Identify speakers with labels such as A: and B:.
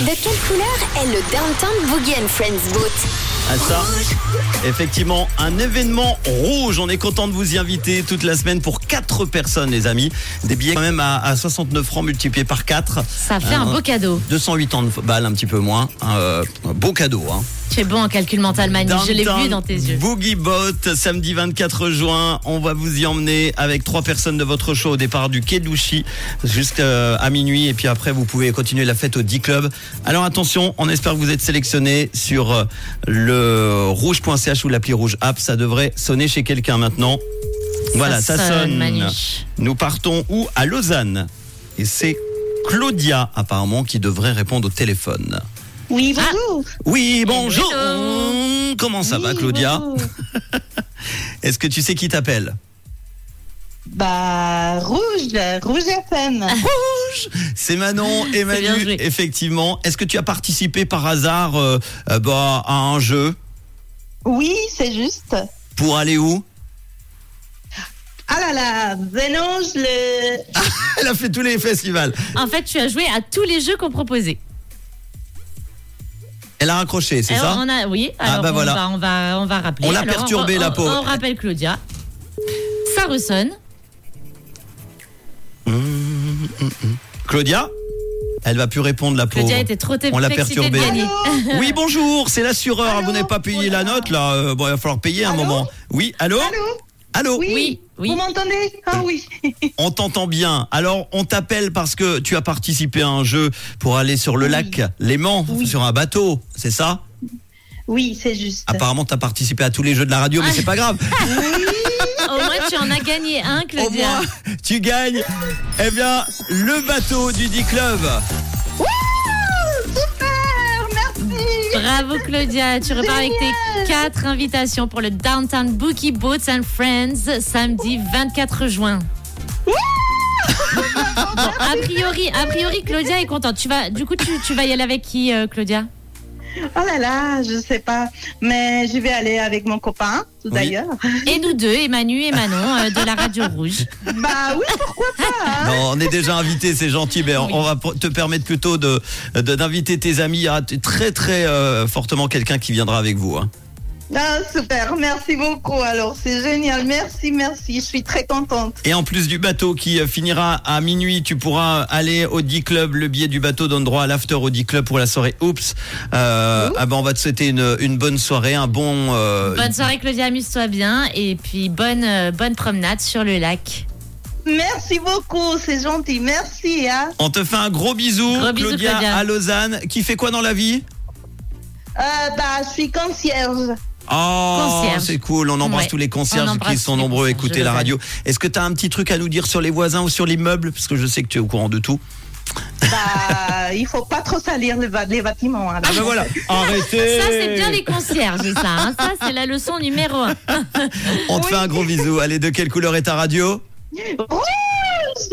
A: De quelle couleur est le Downtown Boogie and Friends Boot
B: Ah, ça, effectivement, un événement rouge. On est content de vous y inviter toute la semaine pour 4 personnes, les amis. Des billets quand même à, à 69 francs multipliés par 4.
C: Ça fait
B: Ah.
C: un beau cadeau.
B: 208 ans de balles, un petit peu moins. Un, euh, un beau cadeau. Hein.
C: Tu es bon en calcul mental, Manu. Je l'ai
B: Downtown
C: vu dans tes yeux.
B: Boogie Bot, samedi 24 juin. On va vous y emmener avec trois personnes de votre show au départ du Kedushi jusqu'à euh, minuit. Et puis après, vous pouvez continuer la fête au D-Club. Alors attention, on espère que vous êtes sélectionnés sur euh, le rouge.ch ou l'appli rouge app. Ça devrait sonner chez quelqu'un maintenant. Voilà, ça, sonne.
C: Manu.
B: Nous partons où À Lausanne. Et c'est Claudia, apparemment, qui devrait répondre au téléphone.
D: Oui,
C: Ah.
D: bonjour.
B: Oui, bonjour.
C: Hello.
B: Comment ça va,
D: Oui,
B: Claudia
D: bonjour.
B: Est-ce que tu sais qui t'appelle
D: Bah, rouge, euh, rouge FM.
C: Ah.
B: C'est Manon et
C: bien
B: Manu,
C: joué.
B: effectivement. Est-ce que tu as participé par hasard euh, euh, bah, à un jeu
D: Oui, c'est juste.
B: Pour aller où
D: Ah là là, Vénange, le.
B: Elle a fait tous les festivals.
C: En fait, tu as joué à tous les jeux qu'on proposait.
B: Elle a raccroché, c'est
C: Alors,
B: ça
C: on a, Oui,
B: Ah,
C: alors
B: bah
C: on,
B: voilà.
C: va, on, va, on va rappeler.
B: On l'a
C: Alors,
B: perturbée,
C: on-
B: la
C: on-
B: pauvre.
C: On rappelle Claudia. Ça ressonne.
B: Claudia Elle va plus répondre, la pauvre.
C: Claudia était trop
B: On l'a
C: excitée de
B: perturbée.
C: gagner.
D: Allô
B: Oui, bonjour, c'est l'assureur.
D: Allô
B: Vous n'avez pas payé
D: Oh
B: la
D: là là.
B: note, là. Euh, bon, il va falloir payer un
D: Allô
B: moment. Oui, allô
D: Allô
B: Allô
D: Oui.
C: Oh, Oui, oui.
D: Vous m'entendez Ah oui.
B: On t'entend bien. Alors, on t'appelle parce que tu as participé à un jeu pour aller sur le
D: Oui.
B: lac Léman,
D: Oui.
B: sur un bateau, c'est ça
D: Oui, c'est juste.
B: Apparemment, tu as participé à tous les jeux de la radio, mais
C: Ah.
B: c'est pas grave.
C: Au moins, tu en as gagné un,
B: Au
C: Claudia.
B: moins, tu gagnes, eh bien, le bateau du D-Club.
D: Oh, Super, merci.
C: Bravo, Claudia. Tu repars avec tes quatre invitations pour le Downtown Bookie Boats and Friends samedi 24 juin. Bon, a priori, a priori, Claudia est contente. Tu vas, du coup, tu, tu vas y aller avec qui, euh, Claudia
D: Oh là là, je sais pas. Mais je vais aller avec mon copain, d'ailleurs.
C: Et nous deux, et Manu et Manon euh, de la Radio Rouge.
D: Bah oui, pourquoi pas hein
B: Non, on est déjà invité, c'est gentil, mais on-
C: Oui.
B: on va pr- te permettre plutôt de de- d'inviter tes amis à t- très très euh, fortement quelqu'un qui viendra avec vous. hein.
D: Ah, super, merci beaucoup. Alors, c'est génial. Merci, merci. Je suis très contente.
B: Et en plus du bateau qui euh, finira à minuit, tu pourras aller au D-Club. Le billet du bateau donne droit à l'after au D-Club pour la soirée. Oups. Euh, ah ben, on va te souhaiter une, une bonne soirée, un bon... euh,
C: Bonne soirée, Claudia. Amuse-toi bien. Et puis, bonne, euh, bonne promenade sur le lac.
D: Merci beaucoup, c'est gentil. Merci, hein.
B: On te fait un gros bisou,
C: Gros bisou,
B: Claudia,
C: Claudia.
B: à Lausanne. Qui fait quoi dans la vie
D: Euh, bah, je suis concierge.
B: Oh,
C: Concierge.
B: c'est cool. On embrasse
C: Ouais.
B: tous les
C: On
B: concierges
C: embrasse
B: qui sont
C: tous les
B: nombreux à
C: concierges,
B: écouter
C: je
B: la
C: le
B: radio. Est-ce que tu as un petit truc à nous dire sur les voisins ou sur l'immeuble Parce que je sais que tu es au courant de tout.
D: Bah, il faut pas trop salir le va- les bâtiments. hein. alors.
B: Ah ben voilà, arrêtez
C: Ça, c'est bien les concierges, ça. hein. Ça, c'est la leçon numéro un.
B: On te fait un gros bisou. Allez, de quelle couleur est ta radio
D: Rouge